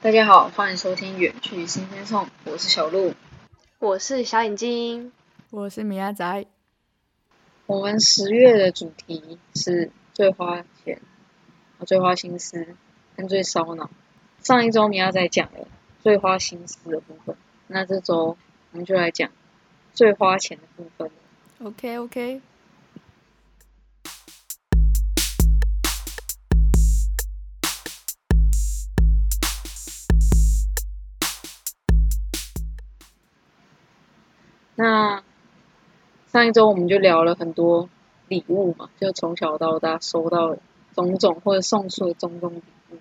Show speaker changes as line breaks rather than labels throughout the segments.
大家好，欢迎收听《远去新鲜送》，我是小鹿。
我是小眼睛，
我是米亚仔，
我们十月的主题是最花钱、最花心思跟最烧脑。上一周米亚仔讲了最花心思的部分，那这周我们就来讲最花钱的部分。
OK OK，
那上一周我们就聊了很多礼物嘛，就从小到大收到种种或者送出的种种礼物。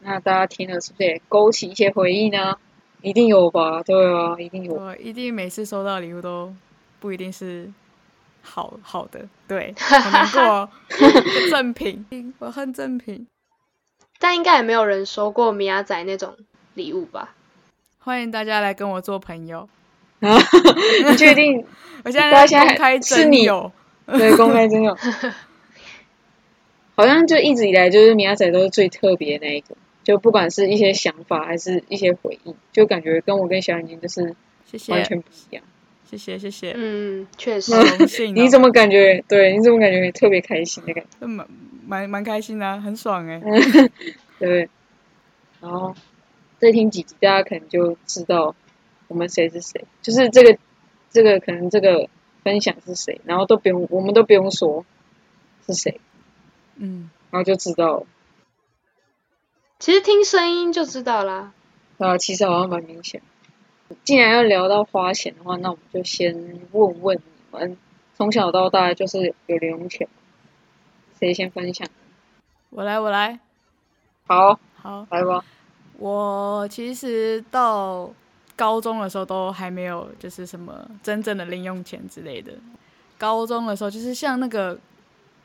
那大家听了是不是也勾起一些回忆呢？一定有吧？对啊，一定有
我一定每次收到礼物都不一定是好好的，对，好难过、哦，赠品，我恨赠品。
但应该也没有人收过米亚仔那种礼物吧？
欢迎大家来跟我做朋友，
你确定？
我现
大家
在
现在
在公开
是
征
你
友，
对，公开真有。好像就一直以来就是米亚仔都是最特别的那一个，就不管是一些想法还是一些回忆，就感觉跟我跟小眼睛就是
谢谢
完全不一样。
谢谢谢谢，
嗯，确实，
荣幸哦、
你怎么感觉？对，你怎么感觉特别开心的感觉？
么蛮蛮蛮开心的啊、很爽哎、
对不对？然后再听几集，大家可能就知道我们谁是谁，就是这个这个可能这个分享是谁，然后都不用我们都不用说是谁，
嗯，
然后就知道了。
其实听声音就知道啦。
啊，其实好像蛮明显。既然要聊到花钱的话，那我们就先问问你们，从小到大就是有零用钱吗，谁先分享？
我来我来，
好，
好，
来吧。
我其实到高中的时候都还没有，就是什么真正的零用钱之类的。高中的时候，就是像那个，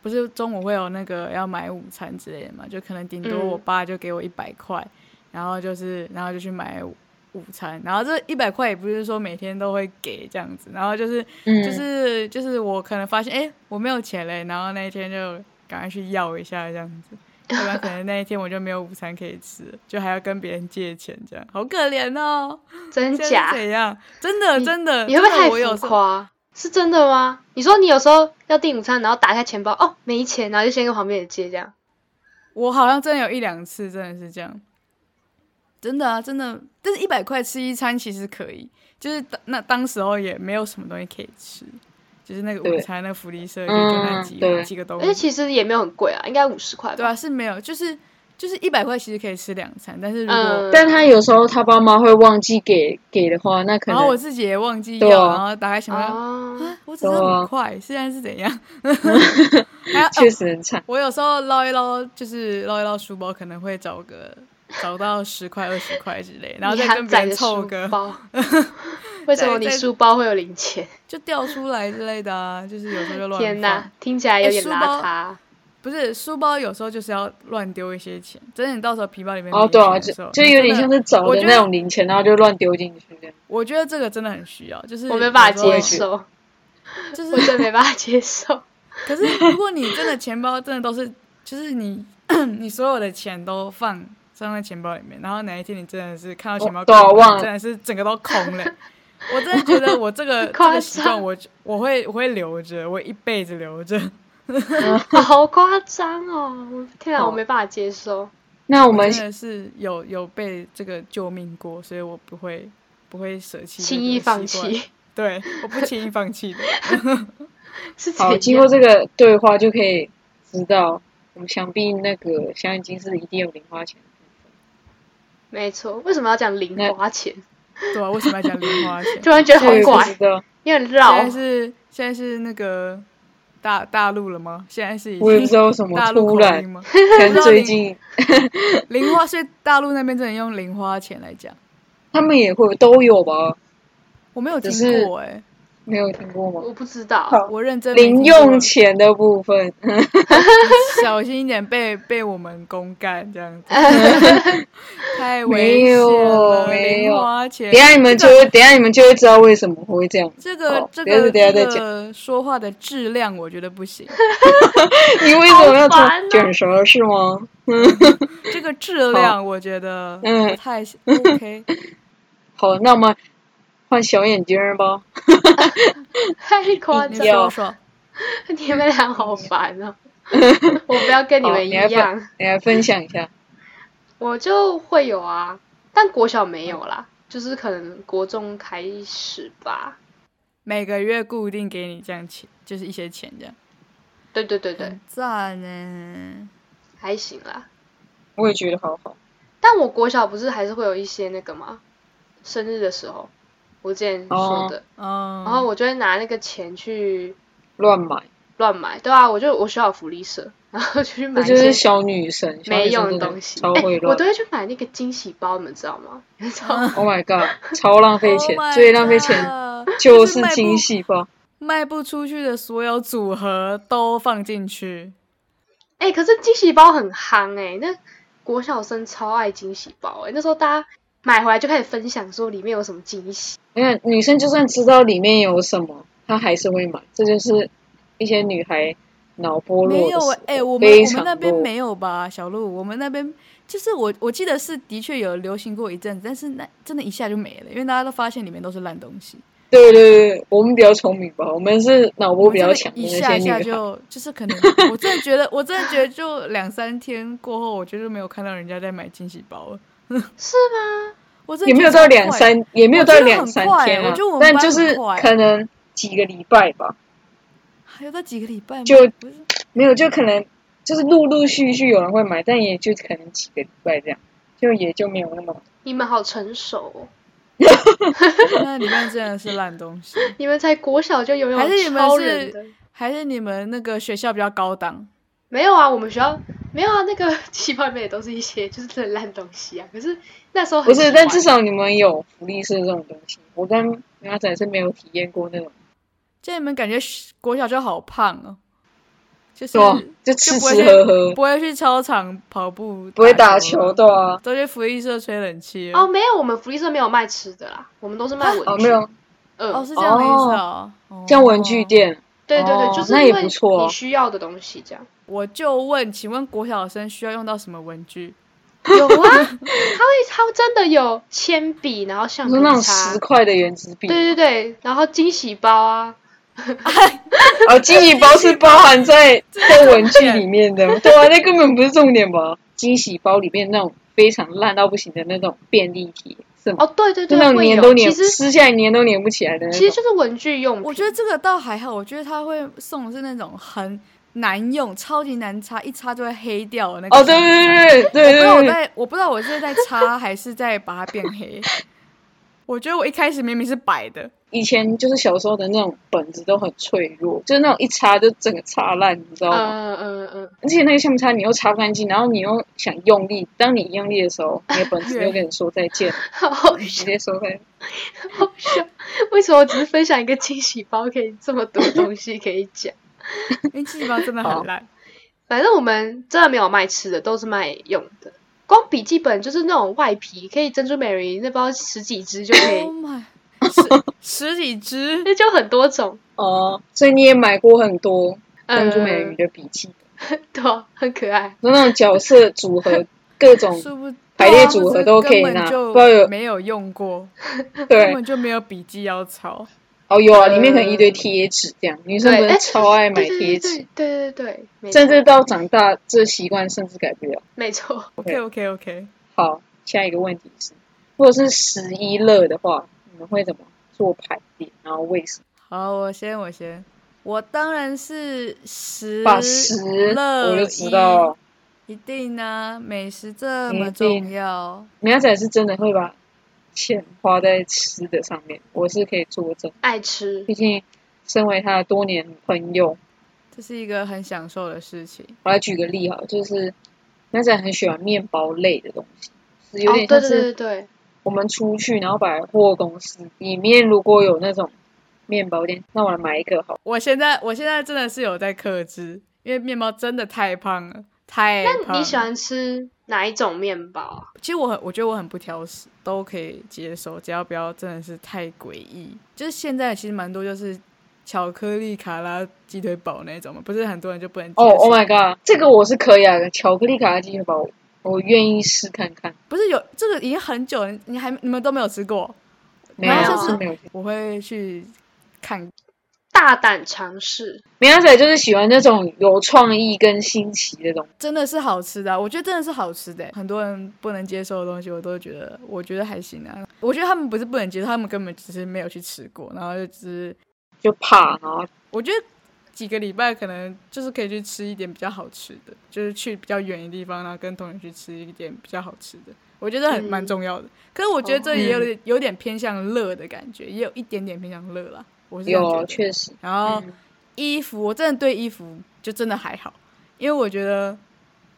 不是中午会有那个要买午餐之类的嘛，就可能顶多
嗯
我爸就给我一百块，然后就是然后就去买午午餐，然后这一百块也不是说每天都会给这样子，然后就是
嗯，
就是就是我可能发现哎、诶我没有钱嘞，然后那一天就赶快去要一下这样子，要不然可能那一天我就没有午餐可以吃，就还要跟别人借钱这样，好可怜哦。
真
这样是
假？
怎样？真的真的，
你会不
真的我
会
有
太
时
浮
候
夸？是真的吗？你说你有时候要订午餐，然后打开钱包，哦，没钱，然后就先跟旁边人借这样。
我好像真的有一两次真的是这样，真的啊，真的，但是一百块吃一餐其实可以，就是当那当时候也没有什么东西可以吃，就是那个午
对
餐、那个福利社就就那
嗯
几
对
几个东
而
西
且，其实也没有很贵啊，应该五十块吧。
对啊，是没有，就是就是一百块其实可以吃两餐，但是如果、
嗯，
但他有时候他爸妈会忘记给给的话，那可
然后我哦
能
自己也忘记
对
要，
啊
然后打开钱包，啊，
哦，
我只剩
对啊
五块，现在是怎 样？ 还有、
确
哦
实很惨。
我有时候捞一捞，就是捞一捞书包，可能会找个找到十块、二十块之 类，然后再
你还
跟别
攒
人
着
凑
书
个，
包为什么你
再再
书包会有零钱？
就掉出来之类的啊，就是有时候就乱
天
放
哪。，听起来有
哎
点
书
邋
包
遢。
不是书包，有时候就是要乱丢一些钱，真的你到时候皮包里面
哦，
没
对啊，
钱的
就
时候
就
你
有
真
点
的
像是找
我
的
觉
那
得
种零钱，然后就乱丢进去这样。
我觉得这个真的很需要，就是
我没办法
有时候
接
也觉
受，
就是
我真的没办法接受。
可是如果你真的钱包真的都是，就是你 你所有的钱都放放在钱包里面，然后哪一天你真的是看到钱包
哦对啊
空
忘了
真的是整个都空了。我真的觉得我这个这
夸张
个习惯，我我会我会留着，我一辈子留着。
好夸张哦！我天啊，
好
我没办法接受。
那我
我
们
真的是有有被这个救命过，所以我不会不会舍弃，
轻易放。弃
对，我不轻易放弃的。
是怎
好，
样？
经过这个对话就可以知道，我们想必那个小眼睛是一定有零花钱的部
没错，为什么要讲零
那
花钱？
对啊，为什么要讲零花钱？
突然觉得好
分。
怪
这个，不知道，
现
有点绕
在。是现在是那个大大陆了吗？现在是已
我也不
经
知道为什么
大陆
突
口
然
音，吗？
可能最近
零花， 所以大陆那边真的用零花钱来讲，
他们也会都有吧？
我没有听
只是
过哎、
没有听过吗？
我不知道。
我认真没听
零
过
用钱 的部分，
小心一点被被我们公干 这样子，太
没
危险
有
了，
没
零
有
花钱
等一。下你们就会，等一下你们就会知道为什么我会 这样。
这个
哦
这
等一
个
下等一下再
这
讲
个说话的质量，我觉得不行。啊
你为什么要
好烦哦
卷卷舌是吗？
这个质量，我觉得
嗯
不太 OK。
好，那么换小眼睛儿吧。
太夸
你
张
要
了，
说说，
你们俩好烦 哦！我不要跟你
好
们一
你还
样，
你来分享一下。
我就会有啊，但国小没有啦，就是可能国中开始吧。
每个月固定给你这样钱，就是一些钱这样。
对对对对，
嗯
很赞欸呢。
还行啦。
我也觉得好好
但我国小不是还是会有一些那个吗？生日的时候，我之前说
哦
的，
嗯，
然后我就会拿那个钱去
乱买，
乱买，对啊，我就我学校有福利社，然后就去买
这
一
就
些
是小女生，小
没
女生
用
真
的
的
东西。
超
哎
会
我
乱
都。会去买那个惊喜包，你们知道吗？你知道吗？
Oh my god，超浪费钱
Oh my，
最浪费钱
god，
就
就是
是
卖不
精细包。
卖不出去的所有组合都放进去。
哎、可是惊喜包很夯哎、那国小生超爱惊喜包哎、那时候大家买回来就开始分享说里面有什么惊喜，
你看，女生就算知道里面有什么，她还是会买，这就是一些女孩脑波
没
弱的
有
时候
哎、我们
非
我们
常
那边
弱。
没有吧，小鹿，我们那边就是我我记得是的确有流行过一阵子，但是那真的一下就没了，因为大家都发现里面都是烂东西。
对对对，我们比较聪明吧，我们是脑波
我
比
真
较
的
强的
一
那
下
些
一
女
下
孩。
就就是可能，我真的觉得，我真的觉得就两三天过后，我就是没有看到人家在买惊喜包了。
是吗？
我真的
也没有
觉得
到
超
两
快
三，也没有
我
到
觉得
两
很
三
快
天
我
啊
觉得我们，
但
班
就
很
是
快
可能几个礼拜吧，
还有到几个礼拜吗？
就
不是
没有就可能就是陆陆续续有人会买，但也就可能几个礼拜这样，就也就没有那么
你们好成熟、哦，
那里面真的是烂东 西，
你们才国小就拥有
还是你们
超
是
人的？
还是你们那个学校比较高档？
没有啊，我们学校没有啊，那个 气泡里面也都是一些就是真的烂东西啊。可是那时候很
不
喜
是，
欢
但至少你们有福利社这种东西，我跟阿仔是没有体验过那种，
就你们感觉国小就好胖哦，就是
对吧？就吃
不会
吃
去
喝喝，
不会去操场跑步，
不会打球，对啊，
都去福利社吹冷气
哦，没有，我们福利社没有卖吃的啦，我们都是卖文具。
嗯哦没有，
嗯，
哦，是这样的意思哦。哦
像文具，店，
对对对，
哦
就是
那
因
也
为
不错哦
你需要的东西这样。
我就问，请问国小生需要用到什么文具？
有啊， 他会他真的有铅笔，然后橡
就是那
皮
种
擦
十，块的原子笔，
对对对，然后惊喜包啊，
而哦惊喜包是包含在在文具里面的，对啊，那根本不是重点吧？惊喜包里面那种非常烂到不行的那种便利贴，是吗？
哦对对
就
对，
那种
会
粘都
有。
粘，
其实
撕下来粘都粘不起来的那
其实
种。
就是文具用品，
我觉得这个倒还好，我觉得他会送的是那种很难用、超级难擦，一擦就会黑掉的那个。
哦，对对对对
不知道
对
我
对对，
在，我不知道我是在擦还是在把它变黑。我觉得我一开始明明是白的，
以前就是小时候的那种本子都很脆弱，就是那种一擦就整个擦烂，你知道吗？
嗯嗯嗯，
而且那个橡皮擦你又擦不干净，然后你又想用力，当你用力的时候，你的本子
越
又跟你说再见，
好
直接说再见。
好笑。为什么我只是分享一个惊喜包，可以这么多东西可以讲？
因为记忆包真的
好
很烂。
反正我们真的没有卖吃的，都是卖用的。光笔记本就是那种外皮，可以珍珠美人鱼那包十几支就可
Oh
以，
my，十十几支，
那就很多种。
哦，所以你也买过很多
嗯
珍珠美人鱼的笔记本。
对啊，很可爱。
那种角色组合各 种
殊不啊
排列组合都可以拿
根
不知道
本就
有
没有用过，根
对
本就没有笔记要抄。
哦有啊，
嗯
里面可能一堆贴纸这样，女生不
对
是
哎
超爱买
对
贴
对
纸，
对对对对，没
甚至
错
到长大这习惯甚至改不了。
没错。
OK OK OK，
好，下一个问题是，如果是十一乐的话，你们会怎么做排列？然后为什么
好，我先我先，我当然是十
把十
乐
我就知道，
一，一定呢、美食这么
一定
重要，
苗仔是真的会把钱花在吃的上面，我是可以作证，
爱吃
毕竟身为他的多年朋友，
这是一个很享受的事情。
我来举个例哈，就是那仔很喜欢面包类的东西，就是有
哦，
点
对
像
对
是
对对，
我们出去，然后百货公司里面如果有那种面包店，那我来买一个好。
我现在我现在真的是有在克制，因为面包真的太胖了，太胖
那
了。
你喜欢吃哪一种面包啊？
其实我很，我觉得我很不挑食，都可以接受，只要不要真的是太诡异。就是现在其实蛮多就是巧克力卡拉鸡腿堡那种嘛，不是很多人就不能接受。
哦、o h my god，这个我是可以啊，巧克力卡拉鸡腿堡，我愿意试看看。
不是有这个已经很久，了，你还你们都没有吃过。
没
啊
然
有，啊
后就是
是没有。
我会去看，
大胆尝试，
米亚仔就是喜欢那种有创意跟新奇的东西。
真的是好吃的啊、我觉得真的是好吃的欸、很多人不能接受的东西，我都觉得我觉得还行啊。我觉得他们不是不能接受，他们根本只是没有去吃过，然后就只是
就怕，然后
我觉得几个礼拜可能就是可以去吃一点比较好吃的，就是去比较远的地方，然后跟同学去吃一点比较好吃的。我觉得很
嗯
蛮重要的，可是我觉得这也有
哦
点、有点偏向乐的感觉，也有一点点偏向乐啦。我是这样觉
有
得
确实，
然后
嗯
衣服，我真的对衣服就真的还好，因为我觉得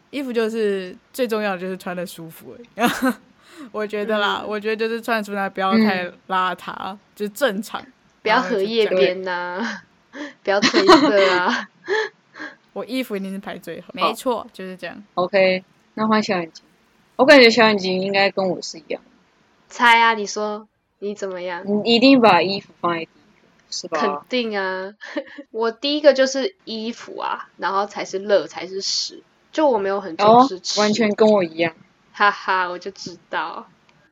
衣服就是最重要的就是穿的舒服而已。 我觉得啦，
嗯
我觉得就是穿出来不要太邋遢，就是正常。
不要
然后
荷
就
叶
这样
边呐、 不要褪色啊。
我衣服一定是排最后，没错，就是这样。
OK，那换小眼睛，我感觉小眼睛应该跟我是一样，
猜啊，你说你怎么样？
你一定把衣服放在第一个，是
肯
吧？
定啊， 我第一个就是衣服啊，然后才是乐，才是食。就我没有很重
哦
视，吃，
完全跟我一样，
哈哈，我就知道。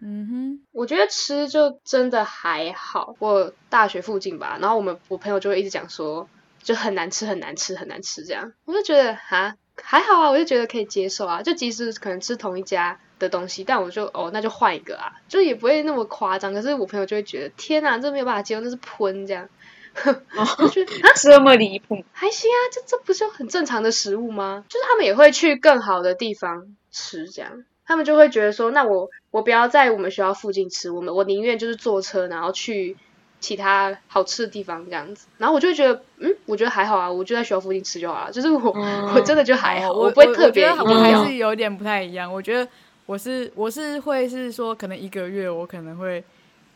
嗯
我觉得吃就真的还好，我大学附近吧，然后我们我朋友就会一直讲说，就很难吃，很难吃，很难吃这样，我就觉得哈还好啊，我就觉得可以接受啊，就即使可能吃同一家的东西，但我就哦那就换一个啊，就也不会那么夸张。可是我朋友就会觉得天哪，这没有办法接受，那是喷这样， 我就觉得啊
这么离谱，
还行啊，这这不就很正常的食物吗？就是他们也会去更好的地方吃，这样他们就会觉得说，那我我不要在我们学校附近吃，我们我宁愿就是坐车，然后去其他好吃的地方这样子。然后我就会觉得，嗯，我觉得还好啊，我就在学校附近吃就好了。就是我、
嗯
我真的就
哼，
还好，
哦我
不会特别
我
一
觉得
定
我
要
还是有点不太一样。我觉得我是我是会是说，可能一个月我可能会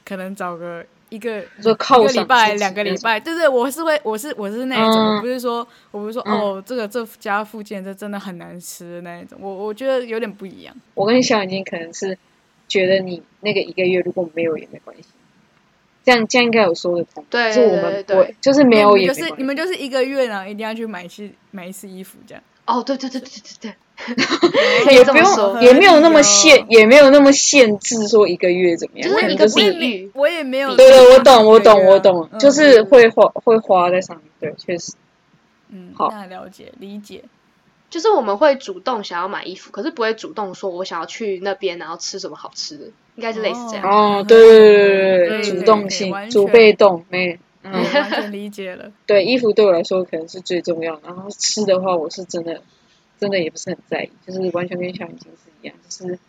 可能找个一个
你说靠
一个
赏
礼拜、
自己
两个
那
礼
种，
拜，对对，我是会，我是我是那一种，
嗯
我不是说，我不是说，
嗯
哦，这个这家附近这真的很难吃的那一种，我我觉得有点不一样。
我跟小眼睛可能是觉得你那个一个月如果没有也没关系，这样这样应该有说得通，
对
就是我们
对
不会，就是没有
你
也没
们就是
关
你
系，
们就是一个月呢，一定要去买一次买一次衣服这样。
哦，对对对对对对
也
可以这
不
么说
用也没有那么限
合，
也没有那么限制说一个月怎么样，
就
可
是
能
一个
是
比
一
例喻
我也没有。
对对，我懂，
对
我
啊
懂，我懂，
嗯
就是会花会花在上面，对，确实，
嗯，
好
那了解理解。
就是我们会主动想要买衣服，可是不会主动说我想要去那边，然后吃什么好吃的，应该是类似这样。
哦，对对对对对，
对对
主
嗯对
动性
完，
主
全
被动，没，嗯，
我完全理解了。
对，衣服对我来说可能是最重要的，然后吃的话，我是真的真的也不是很在意，就是完全跟小眼睛是一样，就是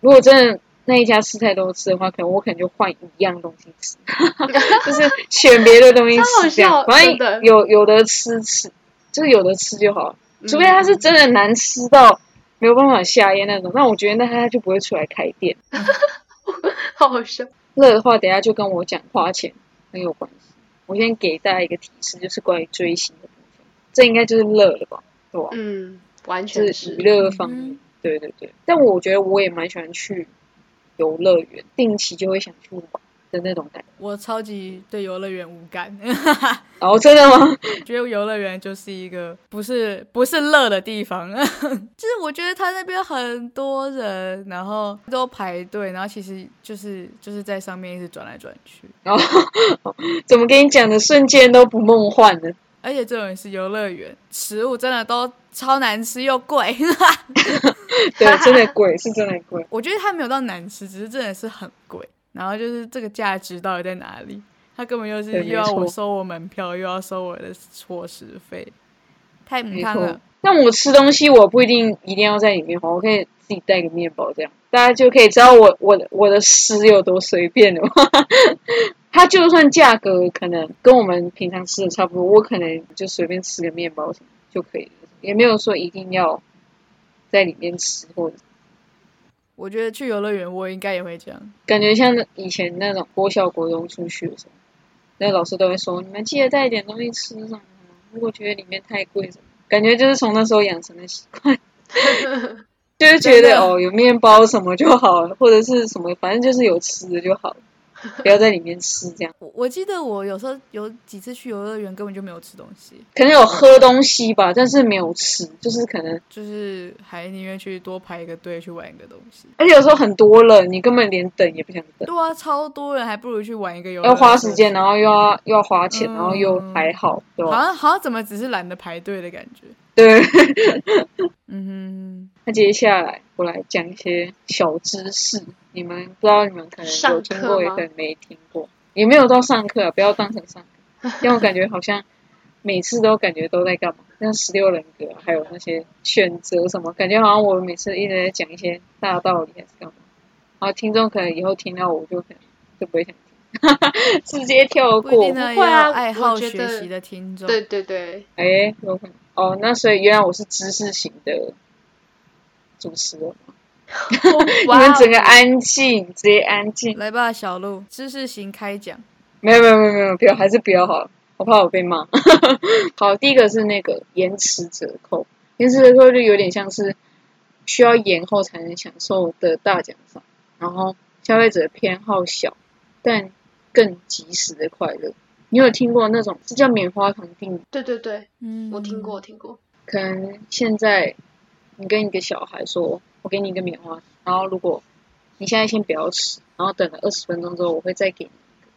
如果真的。那一家吃太多吃的话，可能我可能就换一样东西 吃， 就是选别的东西
超好
吃，这样
笑
反
真的
正有有的吃吃，就是有的吃就好了。
嗯
除非他是真的难吃到没有办法下咽那种，那我觉得那他就不会出来开店。
好好笑，
乐的话，等一下就跟我讲花钱很有关系。我先给大家一个提示，就是关于追星的部分，这应该就是乐了吧，对吧？
嗯，完
就是
全是
娱。乐方面，
嗯
对对对。但我觉得我也蛮喜欢去游乐园，定期就会想去玩的那种感觉。
我超级对游乐园无感，
哦，真的吗？
觉得游乐园就是一个不是不是乐的地方， 就是我觉得他那边很多人，然后都排队，然后其实就是就是在上面一直转来转去，
然后 怎么跟你讲的瞬间都不梦幻呢？
而且这种是游乐园，食物真的都超难吃又贵，
对，真的贵，是真的贵。
我觉得它没有到难吃，只是真的是很贵，然后就是这个价值到底在哪里？他根本就是
对
又要
没错
我收我门票，又要收我的伙食费，太母
没
汤了
错。。但我吃东西，我不一定一定要在里面花，我可以自己带个面包这样，大家就可以知道我我的我的食有多随便了。 它就算价格可能跟我们平常吃的差不多，我可能就随便吃个面包什么就可以了，也没有说一定要在里面吃，或者
我觉得去游乐园我应该也会这样。
感觉像以前那种国小国中出去的时候，那个老师都会说，你们记得带一点东西吃什么，如果觉得里面太贵什么，感觉就是从那时候养成的习惯， 就是觉
真
得
的
哦有面包什么就好了，或者是什么，反正就是有吃的就 好了，不要在里面吃这样。
我我记得我有时候有几次去游乐园根本就没有吃东西，
可能有喝东西吧，但是没有吃，就是可能，
就是还宁愿去多排一个队去玩一个东西。
而且有时候很多人，你根本连等也不想等，
对啊，超多人，还不如去玩一个游乐
要
园。
花时
啊
间，然后又要又要花钱，
啊嗯
然后又还好，对
好
吧？
像好像怎么只是懒得排队的感觉。
对。
嗯
那接下来我来讲一些小知识，你们不知道，你们可能有
上
听
课
过，也
吗
可能没听过，也没有到上课、啊，不要当成上课， 因为我感觉好像每次都感觉都在干嘛，像十六人格啊、还有那些选择什么，感觉好像我每次一直在讲一些大道理还是干嘛，然后听众可能以后听到我就可能就不会想听， 直接跳
哼，不一
过
定，呢，
不会啊
也有爱好
我觉
学
得
习的听众。
对 对对，
哎，有可能哦，那所以原来我是知识型的主持人。 你
哇
们整
哦
个安静，直接安静。
来吧，小鹿，知识型开讲。
没有没有没有没有，不要，还是不要好了，我怕我被骂。 好，第一个是那个延迟折扣，延迟折扣就有点像是需要延后才能享受的大奖赏，然后消费者偏好小，但更及时的快乐。你有听过那种是叫棉花糖定律？
对对对，
嗯，
我听过，我。听过。
可能现在你跟一个小孩说，我给你一个棉花糖，然后如果你现在先不要吃，然后等了二十分钟之后，我会再给你一个，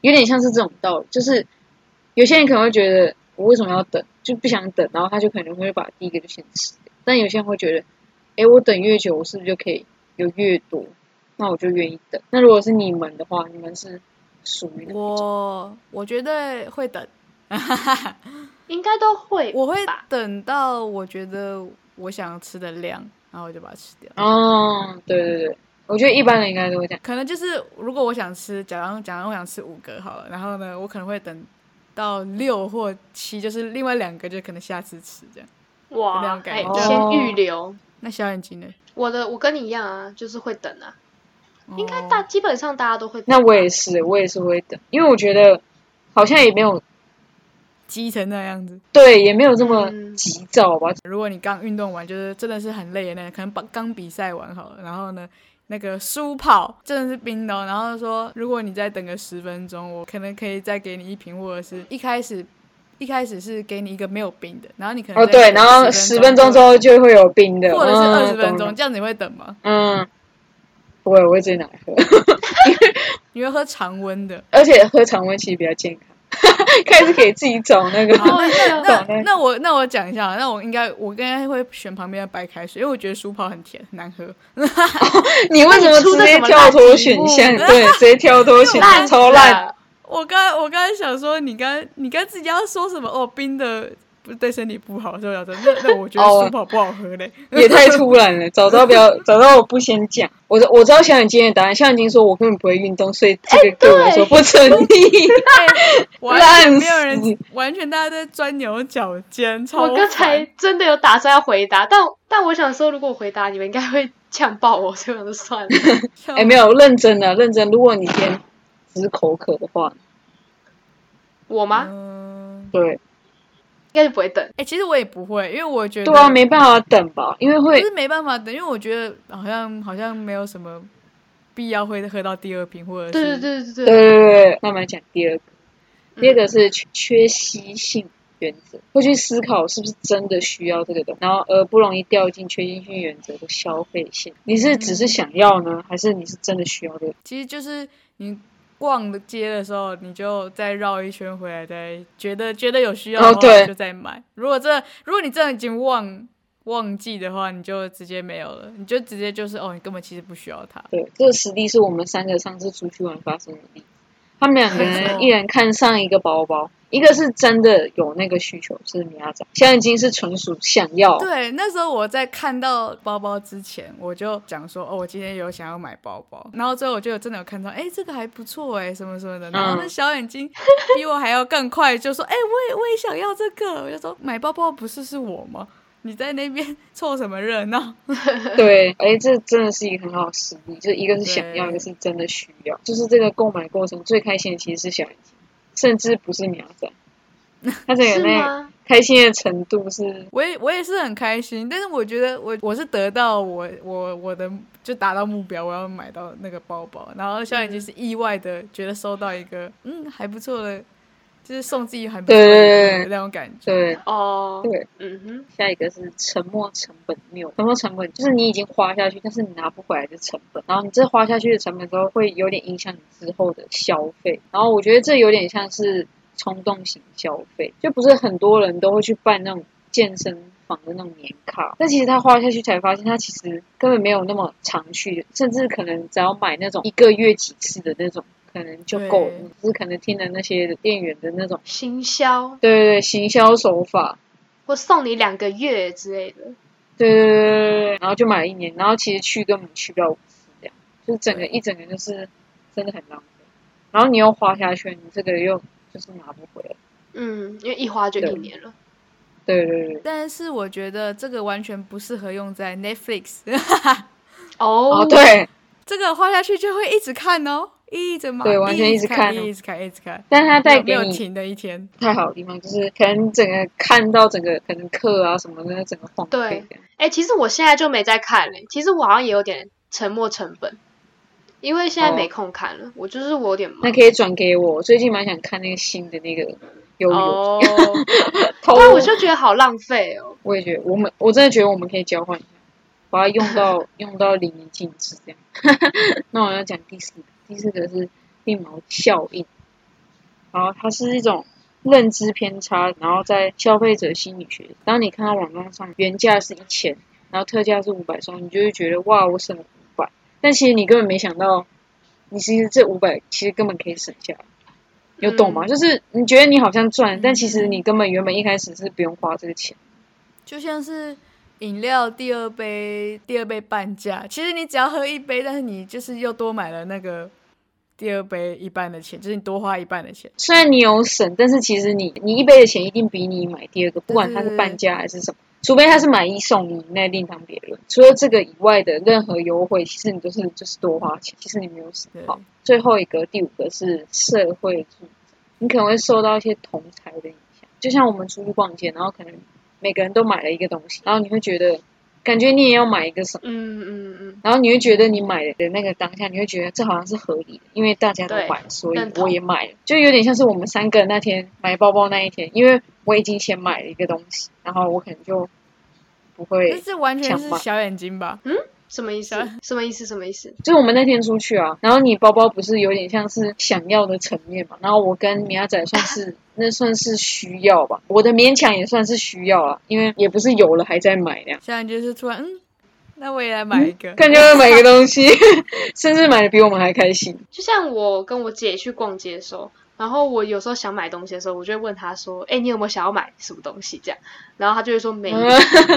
有点像是这种道理，就是有些人可能会觉得我为什么要等，就不想等，然后他就可能会把第一个就先吃掉，但有些人会觉得，诶，我等越久，我是不是就可以有越多？那我就愿意等。那如果是你们的话，你们是属于哪一
哦
种？
我我觉得会等，
应该都会，
我 会
吧
等到我觉得我想吃的量，然后我就把它吃掉。
哦，对对对，我觉得一般人应该都会这样。
可能就是如果我想吃，假如假如我想吃五个好了，然后呢，我可能会等到六或七，就是另外两个就可能下次吃这样。
哇，
这种感
哎
觉
哦
先预留。
那小眼睛呢？
我的我跟你一样啊，就是会等啊， 应该
哦
大基本上大家都会等吧。
那我也是，我也是会等，因为我觉得好像也没有
积成那样子。
对，也没有这么
嗯
急躁吧。
如果你刚运动完，就是真的是很累的那种，可能把刚比赛完好了，然后呢，那个舒跑真的是冰的哦、然后说如果你再等个十分钟，我可能可以再给你一瓶，或者是一开始一开始是给你一个没有冰的，然后你可能
哦，
再
对，
等
然后十分钟之后就会有冰的，
或者是
嗯
二十分，
懂
钟，
了
这样你会等吗？
嗯，不会，我会自己拿来喝，
你会喝常温的。
而且喝常温其实比较健康， 开始给自己找那个，
哦对
那
哦
懂了
那我那我讲一下，那我应该我应该会选旁边的白开水，因为我觉得舒跑很甜，很难喝。
你为什么直接跳脱选项？对，直接跳脱选项，
烂
超烂，
了，
我刚我刚才想说你刚你刚自己要说什么哦，冰的不对身体不好，所以我想说那那我觉
哦
得舒跑不好喝嘞。
也太突然了。早知道不要，早知道我不先讲，我知我知道小眼睛的答案，小眼睛说我根本不会运动，所以这个对我来说不成立。
完全没有
烂死
人，完全大家都在钻牛角尖，超
我刚才
烦
真的有打算要回答，但但我想说，如果我回答你们应该会呛爆我，所以我就算了。
哎、没有认真的认真。如果你今天只是口渴的话，
我吗？应
嗯
对
该是不会等。
哎、其实我也不会，因为我觉得
嗯
对啊，没办法等吧，因为
不
会
是没办法等，因为我觉得好像好像没有什么必要会喝到第二瓶，或者是
对对对对
对对
对，
对对。那我们来讲第二个，
嗯
第二个是缺缺席性原则，会去思考是不是真的需要这个东西，然后而不容易掉进缺席性原则的消费性。你是只是想要呢，还是你是真的需要这个？
其实就是你逛的街的时候，你就再绕一圈回来，再觉得觉得有需要
哦
的话，
对
就再买。如果真的，如果你真的已经忘忘记的话，你就直接没有了，你就直接就是哦，你根本其实不需要它。
对，这个实例是我们三个上次出去玩发生的例子。他们两个人一人看上一个包包，一个是真的有那个需求，是米亚仔，现在已经是纯属想要。
对，那时候我在看到包包之前，我就讲说，哦，我今天有想要买包包，然后最后我就有真的有看到，哎、这个还不错哎、什么什么的，然后那小眼睛比我还要更快，就说，哎、我也我也想要这个，我就说买包包不是是我吗？你在那边 凑什么热闹？
对，哎、这真的是一个很好的实例，就是一个是想要，
对
一个是真的需要，就是这个购买过程最开心的其实是小眼睛，甚至不是秒斩，他整
是
个那
吗？
开心的程度是
我也我也是很开心，但是我觉得我我是得到我我我的就达到目标，我要买到那个包包，然后小眼
嗯
睛是意外的觉得收到一个嗯还不错的，就是送自己还不错的
对对对
礼物那种感觉。
对
哦，
对。
嗯哼，
下一个是沉没成本谬，沉没成本就是你已经花下去，但是你拿不回来的成本。然后你这花下去的成本之后，会有点影响你之后的消费。然后我觉得这有点像是冲动型消费，就不是很多人都会去办那种健身房的那种年卡，但其实他花下去才发现，他其实根本没有那么常去，甚至可能只要买那种一个月几次的那种，可能就够了
对。
就是可能听了那些店员的那种，
行销
对对对，行销手法，
或送你两个月之类的，
对对对对对，然后就买了一年，然后其实去根本去不了五次，这样就是整个一整个就是真的很浪费。然后你又花下去，你这个又就是拿不回来。
嗯，因为一花就
对
一年了。
对对对，对
但是我觉得这个完全不适合用在 Netflix，
哦
哦，对，
这个花下去就会一直看哦，一直买，
对完全
一
一直
看，
看哦
一直看，一直看，
但是它带
没
给
有没有
你
停的一天。
太好的地方就是，可能整个看到整个可能课啊什么的，整个荒废
对
这样。
哎、其实我现在就没在看了、其实我好像也有点沉没成本，因为现在
哦
没空看了。我就是我有点忙
那。可以转给我，我最近蛮想看那个新的那个《鱿鱼游
哦，
戏》，
但我就觉得好浪费哦。
我也觉得，我们我真的觉得我们可以交换一下，把它用到用到淋漓尽致这样。 那我要讲第四个，第四个是地毛效应，然后它是一种认知偏差，然后在消费者心理学，当你看到网络上原价是一千，然后特价是五百的时候，你就会觉得哇，我省了五百，但其实你根本没想到，你其实这五百其实根本可以省下来。有懂吗？
嗯
就是你觉得你好像赚，但其实
嗯
你根本原本一开始是不用花这个钱。
就像是饮料第二杯，第二杯半价。其实你只要喝一杯，但是你就是又多买了那个第二杯一半的钱，就是你多花一半的钱。
虽然你有省，但是其实你你一杯的钱一定比你买第二个，不管它是半价还是什么，除非它是买一送一，那另当别论。除了这个以外的任何优惠，其实你都是就是多花钱，其实你没有省
对
好。最后一个第五个是社会住宅，你可能会受到一些同财的影响，就像我们出去逛街，然后可能每个人都买了一个东西，然后你会觉得感觉你也要买一个什么。
嗯嗯嗯，
然后你会觉得你买的那个当下，你会觉得这好像是合理的，因为大家都买，所以
认同
我也买了，就有点像是我们三个那天买包包那一天，因为我已经先买了一个东西，然后我可能就不
但
会，
是完全是
想买
小眼睛吧？
什么意思？什么意思？什么意思？
就是我们那天出去啊，然后你包包不是有点像是想要的层面嘛，然后我跟米亚仔算 是那算是需要吧，我的勉强也算是需要啊，因为也不是有了还在买那样。
小眼睛是突然嗯，那我也来买一个。
感觉会买一个东西， 甚至买的比我们还开心。
就像我跟我姐去逛街的时候，然后我有时候想买东西的时候，我就会问她说：“哎、你有没有想要买什么东西？”这样，然后她就会说没
嗯
有，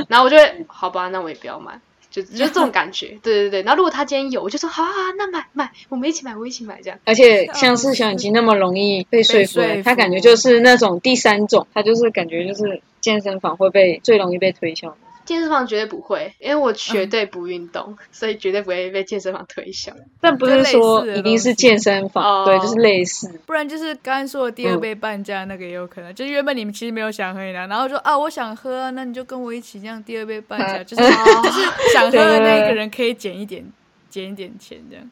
然后我就会好吧，那我也不要买，就就这种感觉。对对对。然后如果她今天有，我就说好啊，好啊那买买，我们一起买，我一起买这样。
而且像是小眼睛那么容易被说服
被说
的，
服
他感觉就是那种第三种，他就是感觉就是健身房会被最容易被推销的。
健身房绝对不会，因为我绝
嗯
对不运动，所以绝对不会被健身房推销。
但不是说一定是健身房，
就类
对，
似的东西
就是类似。
不然就是刚才说的第二杯半价那个也有可能，就是原本你们其实没有想喝饮料，然后说啊我想喝啊，那你就跟我一起这样第二杯半价，
啊
就是就是想喝的那一
对
个人可以减一点，减一点钱这样。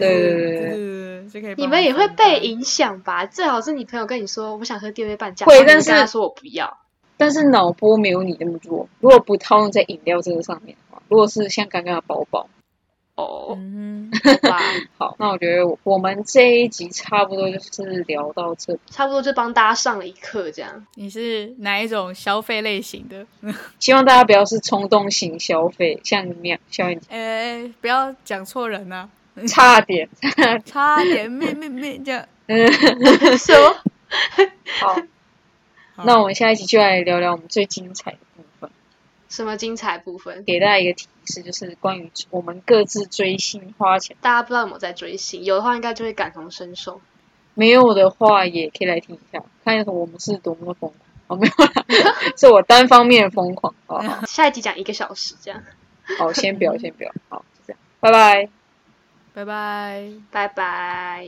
对对对
对
对
对，就可以帮忙分担。
你们也会被影响吧？最好是你朋友跟你说我想喝第二杯半价，
会
然后你
但是
跟他说我不要。
但是脑波没有你那么弱。如果不套用在饮料这个上面的话，如果是像刚刚的包包，
哦，
嗯哼，
好吧，
好，那我觉得我们这一集差不多就是聊到这。
差不多就帮大家上了一课 这样。
你是哪一种消费类型的？嗯
希望大家不要是冲动型消费，像你那样小眼睛，
哎，不要讲错人啊，
差点。
差点妹妹妹这样。
嗯，
说
好，
好
那我们下一集就来聊聊我们最精彩的部分。
什么精彩部分？
给大家一个提示，就是关于我们各自追星花钱，
大家不知道有没有在追星？有的话应该就会感同身受。
没有的话也可以来听一下，看我们是多么的疯狂。哦，没有啦， 是我单方面疯狂。好好
下一集讲一个小时这样，
好，先不要，先不要，好，就这样，拜拜。
拜拜。
拜拜。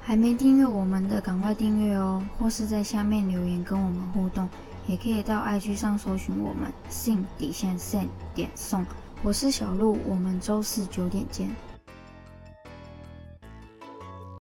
还没订阅我们的，赶快订阅哦，或是在下面留言跟我们互动，也可以到 IG 上搜寻我们信底线 s 点送。我是小鹿，我们周四九点见。